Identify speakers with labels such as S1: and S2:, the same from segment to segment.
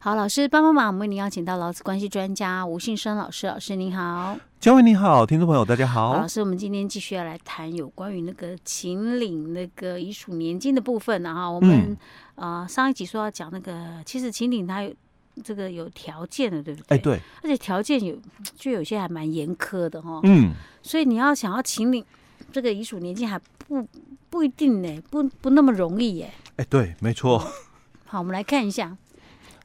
S1: 好，老师帮帮忙，我们为您邀请到劳资关系专家吴信生老师，老师您好。
S2: 嘉伟你好，听众朋友大家
S1: 好，
S2: 好
S1: 老。师，我们今天继续要来谈有关于那个秦岭那个遗属年金的部分啊。我
S2: 嗯
S1: 们、呃上一集说要讲那个，其实秦岭它有这个有条件的，对不对？
S2: 哎，。对，
S1: 而且条件有就有些还蛮严苛的哈、
S2: 嗯，
S1: 所以你要想要秦岭这个遗属年金还不不一定呢、不不那么容易耶、
S2: 哎，对，没错。
S1: 好，我们来看一下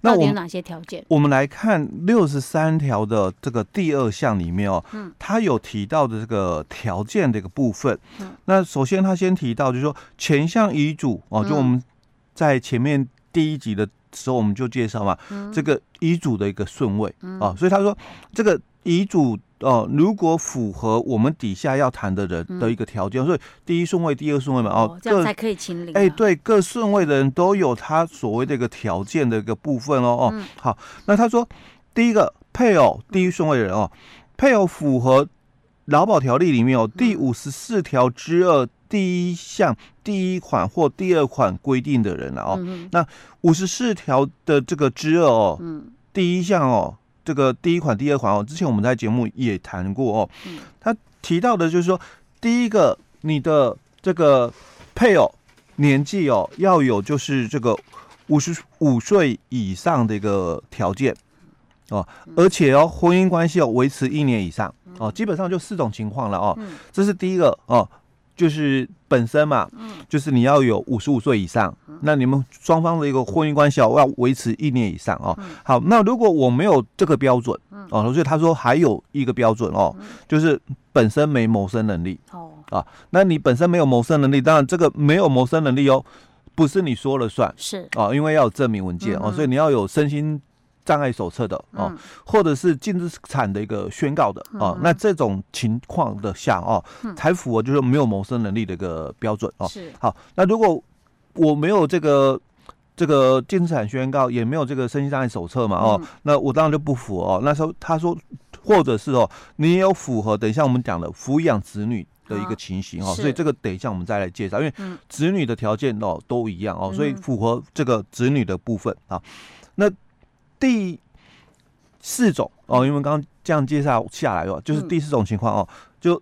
S2: 那
S1: 到底
S2: 我
S1: 有
S2: 们
S1: 哪些条件。
S2: 我们来看六十三条的这个第二项里面哦，嗯，它有提到的这个条件的一个部分。
S1: 嗯
S2: 那首先他先提到就是说前项遗嘱哦，就我们在前面第一集的时候我们就介绍嘛，这个遗嘱的一个顺位啊，所以他说这个遗嘱。哦，如果符合我们底下要谈的人的一个条件，所以第一顺位、第二顺位嘛，哦，
S1: 这样
S2: 各
S1: 才可以秦岭、啊。
S2: 哎、，对，各顺位的人都有他所谓的一个条件的一个部分哦哦。好，那他说第一个配偶第一顺位的人哦，配偶符合劳保条例里面哦第五十四条之二第一项第一款或第二款规定的人了哦。
S1: 嗯
S2: 五十四条的这个之二哦，
S1: 嗯
S2: 第一项哦，这个第一款、第二款哦，之前我们在节目也谈过哦，
S1: 嗯
S2: 他提到的就是说，第一个你的这个配偶年纪哦要有就是这个五十五岁以上的一个条件。哦，
S1: 嗯
S2: 而且哦，婚姻关系哦维持一年以上哦，基本上就四种情况了哦。
S1: 嗯
S2: 这是第一个哦，就是本身嘛，就是你要有五十五岁以上，那你们双方的一个婚姻关系哦，要维持一年以上哦。
S1: 嗯
S2: 好，那如果我没有这个标准哦，所以他说还有一个标准哦，
S1: 嗯
S2: 就是本身没谋生能力。
S1: 哦，
S2: 那你本身没有谋生能力，当然这个没有谋生能力哦，不是你说了算
S1: 是
S2: 哦，因为要有证明文件
S1: 嗯
S2: 哦，
S1: 哼
S2: 所以你要有身心障碍手册的哦，
S1: 嗯
S2: 或者是净资产的一个宣告的哦
S1: 嗯，
S2: 那这种情况的下哦，才符合就是没有谋生能力的一个标准哦。
S1: 是
S2: 好，那如果我没有这个这个净资产宣告，也没有这个身心障碍手册嘛哦，
S1: 嗯
S2: 那我当然就不符合哦。那时候他说，或者是哦，你也有符合等一下我们讲的抚养子女。的一
S1: 啊
S2: 个情形哦，
S1: 是
S2: 所以这个等一下我们再来介绍，因为
S1: 嗯
S2: 子女的条件哦都一样哦，所以
S1: 嗯
S2: 符合这个子女的部分啊。那第四种哦，因为刚刚这样介绍下来哦，就是
S1: 嗯
S2: 第四种情况哦，就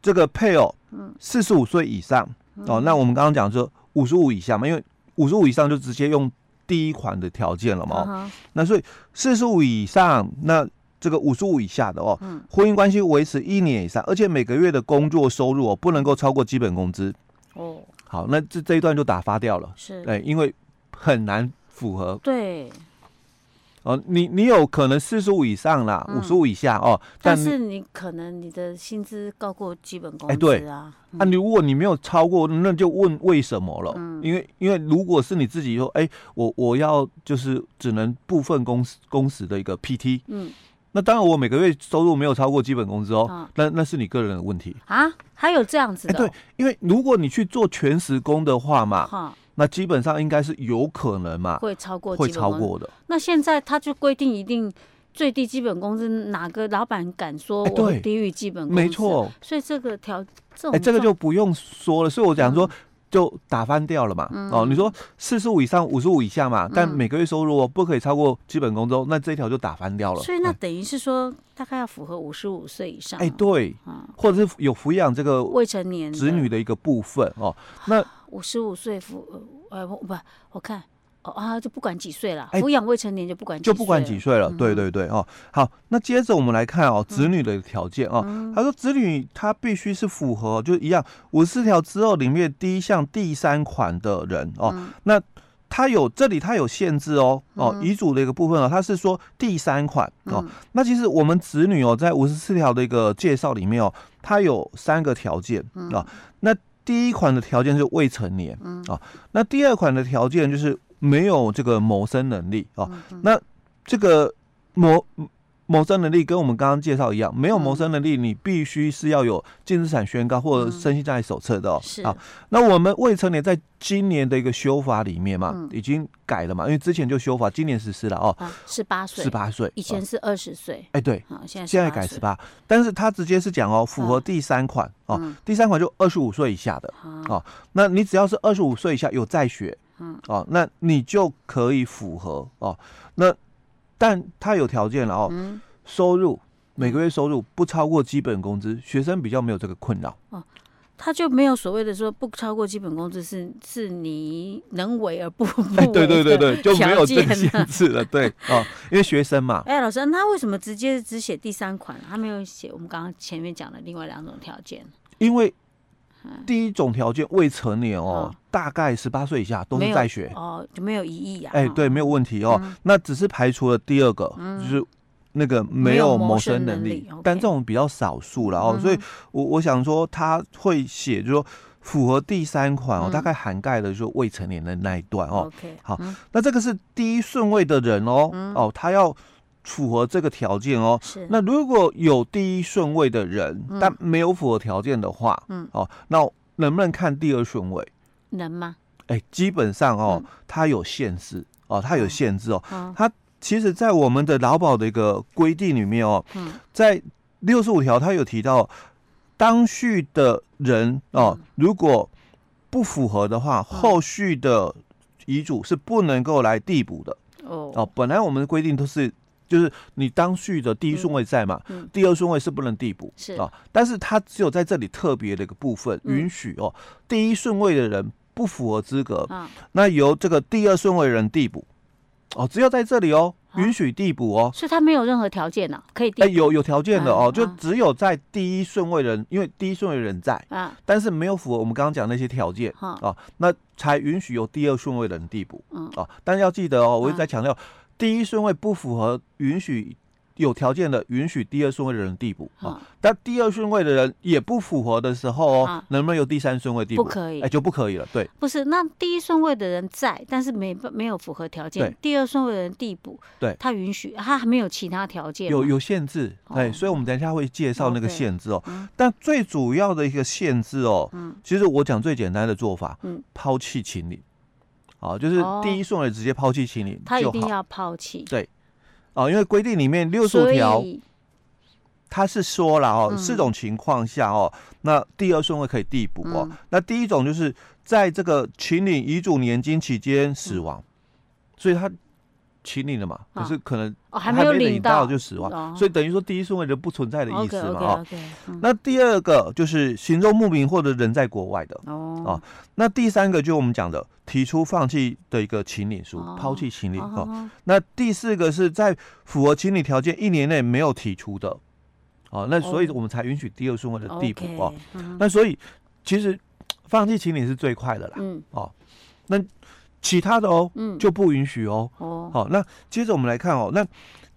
S2: 这个配偶
S1: 嗯
S2: 四十五岁以上哦，那我们刚刚讲说五十五以下嘛，因为五十五以上就直接用第一款的条件了嘛，哦
S1: 嗯哼
S2: 那所以四十五以上，那这个五十五以下的哦，
S1: 嗯
S2: 婚姻关系维持一年以上，而且每个月的工作收入哦不能够超过基本工资。
S1: 哦
S2: 好，那这这一段就打发掉了，
S1: 是
S2: 哎，因为很难符合
S1: 对，
S2: 哦。你你有可能四十五以上啦，
S1: 嗯
S2: 五十五以下哦，
S1: 但
S2: 你
S1: 是你可能你的薪资高过基本工
S2: 哎对
S1: 资啊，
S2: 啊，你如果你没有超过，那就问为什么了。
S1: 嗯
S2: 因为因为如果是你自己说，哎、我我要就是只能部分工时工时的一个 PT，
S1: 嗯
S2: 那当然我每个月收入没有超过基本工资哦，
S1: 啊
S2: 那那是你个人的问题。
S1: 啊，还有这样子
S2: 哎、
S1: 的
S2: 对
S1: 哦，，
S2: 因为如果你去做全时工的话嘛，
S1: 哈，
S2: 那基本上应该是有可能嘛
S1: 会超过
S2: 啊会
S1: 基本
S2: 超
S1: 工资。
S2: 过的。
S1: 那现在他就规定一定最低基本工资，哪个老板敢说
S2: 哎
S1: 我
S2: 对
S1: 低于基本工资？
S2: 没，错，
S1: 所以这个条这种
S2: 哎、这个就不用说了。所以我讲说
S1: 嗯。
S2: 就打翻掉了嘛，哦，你说四十五以上、五十五以下嘛，但
S1: 嗯
S2: 每个月收入哦不可以超过基本工资哦，那这一条就打翻掉了。
S1: 所以那等于是说大概要符合五十五岁以上，
S2: 哎、，对，
S1: 嗯
S2: 或者是有抚养这个
S1: 未成年
S2: 子女的一个部分哦。那
S1: 五十五岁抚呃我不我看哦啊就不管几岁了，
S2: 哎
S1: 抚养未成年就不管
S2: 就不管
S1: 岁
S2: 几
S1: 了嗯
S2: 岁了，对对对哦。好，那接着我们来看哦，子女的条件哦。
S1: 嗯
S2: 他说子女他必须是符合，就一样五十四条之后里面第一项第三款的人哦。
S1: 嗯
S2: 那他有这里他有限制哦哦，遗嘱的一个部分哦，他是说第三款哦。
S1: 嗯
S2: 那其实我们子女哦，在五十四条的一个介绍里面哦，它有三个条件啊、
S1: 嗯
S2: 那第一款的条件是未成年啊、那第二款的条件就是没有这个谋生能力啊、
S1: 嗯
S2: 那这个谋谋生能力跟我们刚刚介绍一
S1: 嗯
S2: 样，没有谋生能力，你必须是要有净资产宣告或者身心障碍手册的哦。
S1: 嗯是
S2: 啊，那我们未成年在今年的一个修法里面嘛，
S1: 嗯
S2: 已经改了嘛，因为之前就修法，今年实施了哦，
S1: 啊，十八岁，
S2: 十八岁，
S1: 以前
S2: 哦
S1: 是二十岁，
S2: 哎、对，
S1: 啊，现在
S2: 现在改十
S1: 18
S2: 八，但是他直接是讲
S1: 嗯
S2: 哦，符合第三款哦，第三款就二十五岁以下的
S1: 啊
S2: 哦，那你只要是二十五岁以下有在学
S1: 嗯，
S2: 哦，那你就可以符合哦。那但它有条件了哦，
S1: 嗯，
S2: 收入每个月收入不超过基本工资，学生比较没有这个困扰。
S1: 他就没有所谓的说不超过基本工资是是你能为而不不
S2: 哎，
S1: 为
S2: 对对对
S1: 的
S2: 对，就没
S1: 嗯
S2: 有
S1: 条
S2: 啊这
S1: 件
S2: 个限
S1: 了。
S2: 制 了，对哦，因为学生嘛，
S1: 哎，老师，那为什么直接只写第三款，啊他没有写我们刚刚前面讲的另外两种条件？
S2: 因为第一种条件未成年哦，
S1: 嗯
S2: 大概十八岁以下都
S1: 没
S2: 是
S1: 有
S2: 在学，
S1: 哦，就没有疑义啊？
S2: 哎、
S1: 哈
S2: 对，，没有问题哦。那只是排除了第二个，就是那个嗯没有谋生能
S1: 没有谋生能
S2: 力，
S1: 力
S2: 但
S1: OK
S2: 这种比较少数了哦。所以我我想说，他会写就是说符合第三款哦，大概涵盖了就是未成年的那一段哦。
S1: OK，
S2: 好
S1: 嗯
S2: 那这个是第一顺位的人哦，哦，他要符合这个条件哦。
S1: 是
S2: 那如果有第一顺位的人，但没有符合条件的话，
S1: 嗯，
S2: 哦，那能不能看第二顺位？
S1: 能吗？
S2: 哎、基本上哦，它有限制哦，它有限制哦。
S1: 嗯
S2: 其实，在我们的劳保的一个规定里面哦，
S1: 嗯
S2: 在六十五条，它有提到当续的人哦，
S1: 嗯
S2: 如果不符合的话，后续的遗嘱是不能够来递补的
S1: 哦
S2: 哦。本来我们的规定都是，就是你当续的第一顺位在嘛，
S1: 嗯嗯
S2: 第二顺位是不能递补。
S1: 是
S2: 啊，但是它只有在这里特别的一个部分
S1: 嗯
S2: 允许哦，第一顺位的人不符合资格，
S1: 啊
S2: 那由这个第二顺位人递补，哦，只有在这里哦，
S1: 啊
S2: 允许递补哦。
S1: 所以他没有任何条件啊，可以
S2: 哎、
S1: 定
S2: 有有条件的哦，
S1: 嗯
S2: 就
S1: 嗯
S2: 只有在第一顺位人，因为第一顺位人在，
S1: 啊，
S2: 但是没有符合我们刚刚讲那些条件
S1: 哈，
S2: 哦，那才允许由第二顺位人递补
S1: 嗯
S2: 哦。但要记得哦，我一直
S1: 嗯
S2: 在强调，第一顺位不符合允许有条件的，允许第二顺位的人递补哦
S1: 嗯。
S2: 但第二顺位的人也不符合的时候哦
S1: 嗯，
S2: 能不能由第三顺位递补？
S1: 不可以
S2: 哎、就不可以了。对
S1: 不是，那第一顺位的人在，但是没办没有符合条件
S2: 对；
S1: 第二顺位的人递补，
S2: 对
S1: 他允许，他还没有其他条件嘛。
S2: 有有限制，哎、
S1: 哦
S2: 所以我们等一下会介绍那个
S1: OK
S2: 限制哦。
S1: 嗯
S2: 但最主要的一个限制哦，
S1: 嗯
S2: 其实我讲最简单的做法，
S1: 嗯
S2: 抛弃情理，啊，就是
S1: 哦
S2: 第一顺位直接抛弃情理
S1: 他一
S2: 就
S1: 定
S2: 好
S1: 要抛弃。
S2: 啊，因为规定里面六十五
S1: 所以哦
S2: 条它是说了哦，
S1: 嗯
S2: 四种情况下哦，那第二顺位可以递补哦。
S1: 嗯
S2: 那第一种就是在这个请领遗嘱年金期间死亡，所以他请领了嘛，可
S1: 嗯啊
S2: 是可能
S1: 哦还
S2: 还
S1: 没有
S2: 领
S1: 到
S2: 就死亡，
S1: 哦嗯
S2: 所以等于说第一顺位就不存在的意思
S1: OK
S2: 嘛
S1: OK
S2: 哦。
S1: OK，
S2: 那第二个就是行踪不明或者人在国外的，
S1: 哦
S2: 那第三个就是我们讲的提出放弃的一个请领书
S1: 哦，
S2: 抛弃请领哦。
S1: 哦
S2: 那第四个是在符合请领条件一年内没有提出的，哦，那所以
S1: 哦
S2: 我们才允许第二顺位的递补
S1: OK，
S2: 哦。
S1: 嗯
S2: 那所以其实放弃请领是最快的啦，哦
S1: 嗯
S2: 其他的哦
S1: 嗯
S2: 就不允许哦。
S1: 哦。
S2: 好，那接着我们来看哦，那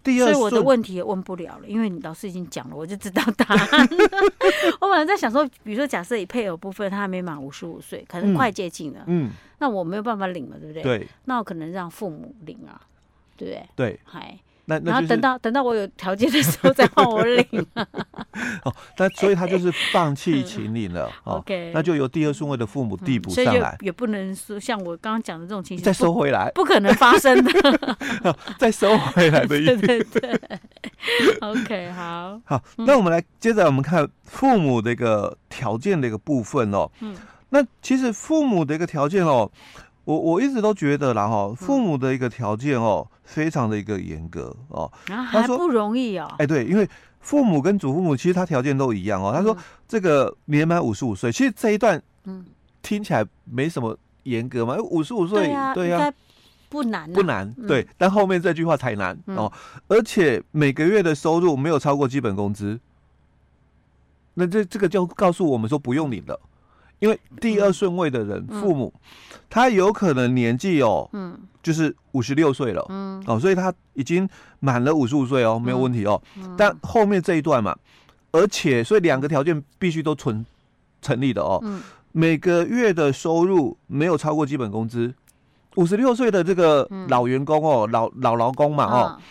S2: 第
S1: 所
S2: 二
S1: 以我的
S2: 顺
S1: 问题也问不了了，因为你老师已经讲了，我就知道答 案。我本来在想说，比如说假设以配偶部分，他还没满五十五岁，可能
S2: 嗯
S1: 快接近了，
S2: 嗯，
S1: 那我没有办法领了，对不对？。
S2: 对
S1: 那我可能让父母领啊，对不对？
S2: 对，
S1: 嗨，
S2: 那
S1: 然
S2: 那
S1: 后
S2: 就
S1: 等
S2: 是
S1: 到等到我有条件的时候再换我领。
S2: 那所以他就是放弃请 领了 哦，
S1: OK，嗯
S2: 那就由第二顺位的父母递补
S1: 所
S2: 上
S1: 以就
S2: 来，
S1: 也不能说像我刚刚讲的这种情
S2: 再
S1: 形，不
S2: 收回来，
S1: 不可能发生的。
S2: 再收回来 的意思
S1: 对对对。OK，好，
S2: 好，那我们来接着我们看父母的一个条件的一个部分哦。
S1: 嗯，
S2: 那其实父母的一个条件哦，我我一直都觉得啦哈、
S1: 嗯
S2: 父母的一个条件哦，非常的一个严格哦。
S1: 然后
S2: 他
S1: 还
S2: 说
S1: 不容易哦
S2: 哎、。对，因为父母跟祖父母其实他条件都一样哦。他说
S1: 嗯
S2: 这个年满五十五岁，其实这一段
S1: 嗯
S2: 听起来没什么严格嘛，五十五岁
S1: 对啊呀，
S2: 对啊
S1: 应
S2: 呀、
S1: 该不难，
S2: 不。难，
S1: 嗯
S2: 对，但后面这句话才难、
S1: 嗯
S2: 哦。而且每个月的收入没有超过基本工资，那这这个就告诉我们说不用领了，因为第二顺位的人、
S1: 嗯
S2: 父母，他有可能年纪哦，
S1: 嗯
S2: 就是五十六岁了、
S1: 嗯
S2: 哦，所以他已经满了五十五岁哦，没有问题哦。
S1: 嗯
S2: 但后面这一段嘛，而且所以两个条件必须都存成立的哦。
S1: 嗯，
S2: 每个月的收入没有超过基本工资。五十六岁的这个
S1: 嗯
S2: 老员工哦，老老劳工嘛哦，
S1: 嗯，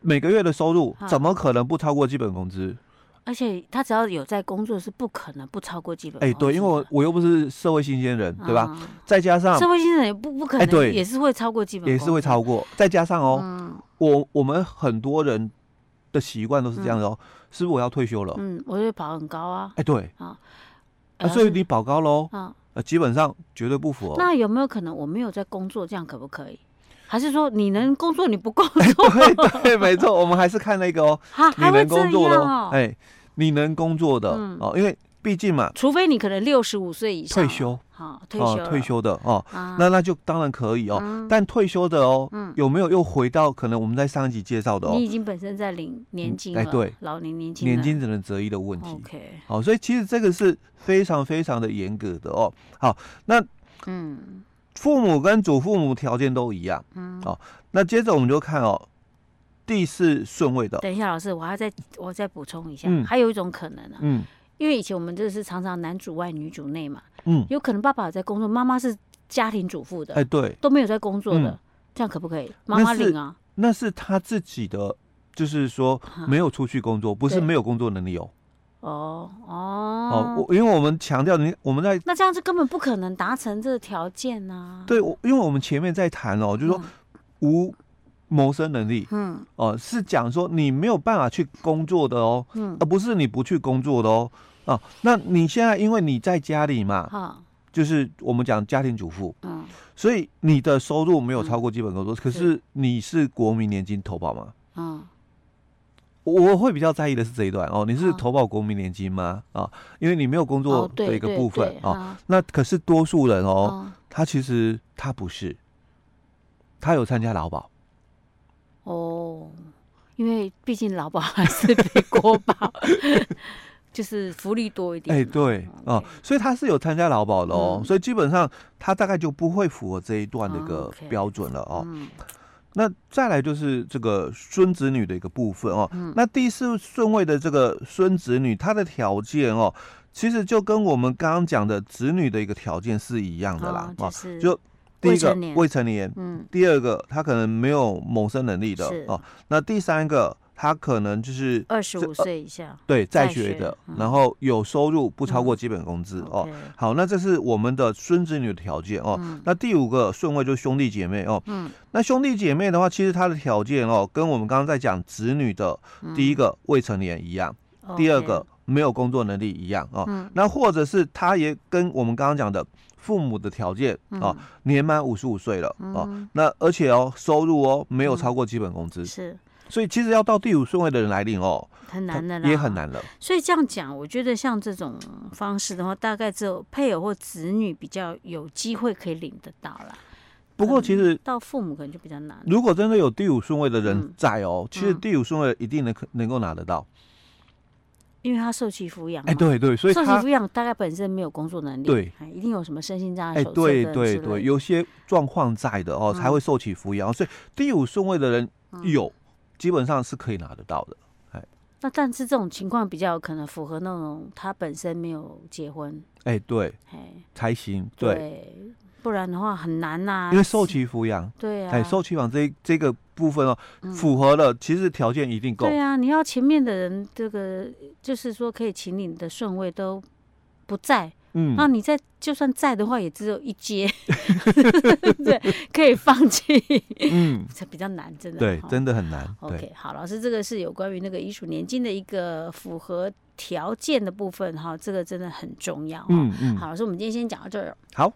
S2: 每个月的收入
S1: 啊
S2: 怎么可能不超过基本工
S1: 嗯
S2: 资？
S1: 而且他只要有在工作，是不可能不超过基本工资
S2: 哎，
S1: 哦的。
S2: 对，因为我我又不是社会新鲜人，对吧？
S1: 嗯？
S2: 再加上
S1: 社会新人也不不可
S2: 哎
S1: 能，
S2: 对
S1: 也是会超过基本，
S2: 也是会超。过，再加上哦，
S1: 嗯
S2: 我我们很多人的习惯都是这样的
S1: 嗯
S2: 哦，是不是我要退休了？
S1: 嗯，我觉得保很高啊。
S2: 哎，对，
S1: 啊
S2: 啊，所以你保高喽，
S1: 啊，
S2: 呃，基本上绝对不符哦合。
S1: 那有没有可能我没有在工作，这样可不可以？还是说你能工作你不工 作？
S2: 哎对对，没错，我们还是看那个哦，
S1: 哈，
S2: 你
S1: 还会
S2: 能
S1: 这
S2: 工作的
S1: 样哦？
S2: 哦，哎，你能工作的
S1: 嗯
S2: 哦，因为毕竟嘛，
S1: 除非你可能六十五岁以上哦
S2: 退休，
S1: 好退休
S2: 哦，
S1: 了
S2: 退休的哦，
S1: 啊，
S2: 那那就当然可以哦。
S1: 嗯
S2: 但退休的哦
S1: 嗯，
S2: 有没有又回到可能我们在上一集介绍的哦
S1: 你，已经本身在领年金
S2: 哎
S1: 了，
S2: 对，
S1: 老年年金了，
S2: 年金只能择一的问题？
S1: OK，
S2: 好，所以其实这个是非常非常的严格的哦。好，那
S1: 嗯
S2: 父母跟祖父母条件都一样。
S1: 嗯
S2: 好。那接着我们就看哦，第四顺位的，
S1: 等一下，老师，我要再我再补充一下，
S2: 哦嗯
S1: 还有一种可能啊，
S2: 嗯
S1: 因为以前我们这是常常男主外女主内嘛，
S2: 嗯，
S1: 有可能爸爸有在工作，妈妈是家庭主妇的，
S2: 哎，对，
S1: 都没有在工作的，
S2: 嗯
S1: 这样可不可以？
S2: 那
S1: 妈妈
S2: 是
S1: 领啊，
S2: 那是他自己的，就是说
S1: 哈
S2: 没有出去工作，不是
S1: 对
S2: 没有工作能力
S1: 哦
S2: 哦。哦，
S1: 哦，嗯
S2: 我因为我们强调你，我们在
S1: 那这样是根本不可能达成这个条件呐、啊。
S2: 对，我因为我们前面在谈哦，就是说无谋生能力
S1: 嗯，
S2: 哦，是讲说你没有办法去工作的哦，
S1: 嗯
S2: 而不是你不去工作的哦。啊，那你现在因为你在家里
S1: 嗯，
S2: 嘛，
S1: 好，
S2: 就是我们讲家庭主妇，
S1: 嗯，
S2: 所以你的收入没有超过基本工作，可
S1: 是
S2: 是你是国民年金投保吗？
S1: 嗯，
S2: 我会比较在意的是这一段哦，你是
S1: 哦
S2: 投保国民年金吗？啊，因为你没有工作
S1: 哦
S2: 的
S1: 对
S2: 一个
S1: 对
S2: 部分
S1: 对
S2: 啊，
S1: 啊
S2: 那可是多数人哦，
S1: 哦，
S2: 他其实他不是，他有参加劳保，
S1: 哦，因为毕竟劳保还是比国 保，就是福利多一点
S2: 哎、
S1: 嘛。
S2: 对哦、
S1: OK
S2: 所以他是有参加劳保的哦、
S1: 嗯
S2: 所以基本上他大概就不会符合这一段的一
S1: 哦
S2: 个
S1: ，OK
S2: 标准了哦。
S1: 嗯
S2: 那再来就是这个孙子女的一个部分哦。
S1: 嗯
S2: 那第四顺位的这个孙子女，她的条件哦，其实就跟我们刚刚讲的子女的一个条件是一样的啦
S1: 哦。就
S2: 哦，
S1: 是
S2: 就第一
S1: 未
S2: 个
S1: 成年
S2: 未成年，
S1: 嗯
S2: 第二个他可能没有谋生能力的
S1: 是
S2: 哦，那第三个他可能就是
S1: 二十
S2: 这
S1: 五
S2: 呃
S1: 岁以下
S2: 对在
S1: 在
S2: 学
S1: 学
S2: 的
S1: 嗯，
S2: 然后有收入不超过基本工资哦。
S1: ，OK，
S2: 好，那这是我们的孙子女的条件哦。
S1: 嗯
S2: 那第五个顺位就是兄弟姐妹哦。
S1: 嗯，
S2: 那兄弟姐妹的话，其实它的条件哦，跟我们刚刚在讲子女的
S1: 嗯
S2: 第一个未成年一样，第二
S1: OK
S2: 个没有工作能力一样哦。
S1: 哦嗯
S2: 那或者是他也跟我们刚刚讲的父母的条件哦，年满五十五岁了哦。
S1: 嗯
S2: 那而且哦，收入哦没有
S1: 嗯
S2: 超过基本工资，
S1: 是
S2: 所以其实要到第五顺位的人来领哦，
S1: 很
S2: 他
S1: 难的啦，
S2: 也很。难了。
S1: 所以这样讲，我觉得像这种方式的话，大概只有配偶或子女比较有机会可以领得到啦。
S2: 不过
S1: 可能
S2: 其实
S1: 到父母可能就比较难。
S2: 如果真的有第五顺位的人
S1: 嗯
S2: 在哦，其实
S1: 嗯
S2: 第五顺位一定能能够拿得到。
S1: 因为他受其抚养嘛，
S2: 哎，对对，所以
S1: 嗯受其
S2: 他
S1: 抚养大概本身没有工作能力，
S2: 对
S1: 哎，一定有什么身心障碍、
S2: 哎，
S1: 手册
S2: 对
S1: 等
S2: 对
S1: 之类
S2: 对，
S1: 的
S2: 有些状况在的哦，才
S1: 嗯
S2: 会受其抚养，所以第五顺位的人有，基本上是可以拿得到的。
S1: 那但是这种情况比较有可能符合那种他本身没有结婚，
S2: 哎，对，
S1: 哎，
S2: 才行，
S1: 对，
S2: 对，
S1: 不然的话很难呐、
S2: 因为受其抚养，
S1: 对啊，
S2: 哎，受其抚养这一这个部分哦，
S1: 嗯
S2: 符合了，其实条件一定够
S1: 对。啊，你要前面的人这个就是说可以请你的顺位都不在，
S2: 嗯
S1: 那，你在就算在的话也只有一阶， 对，可以放弃，
S2: 嗯，
S1: 这比较难，真的，
S2: 对，
S1: 哈
S2: 真的很难。对，
S1: OK，好，老师，这个是有关于那个遗属年金的一个符合条件的部分哈，这个真的很重要。，
S2: 嗯 嗯，
S1: 好，老师，我们今天先讲到这儿。哦
S2: 好。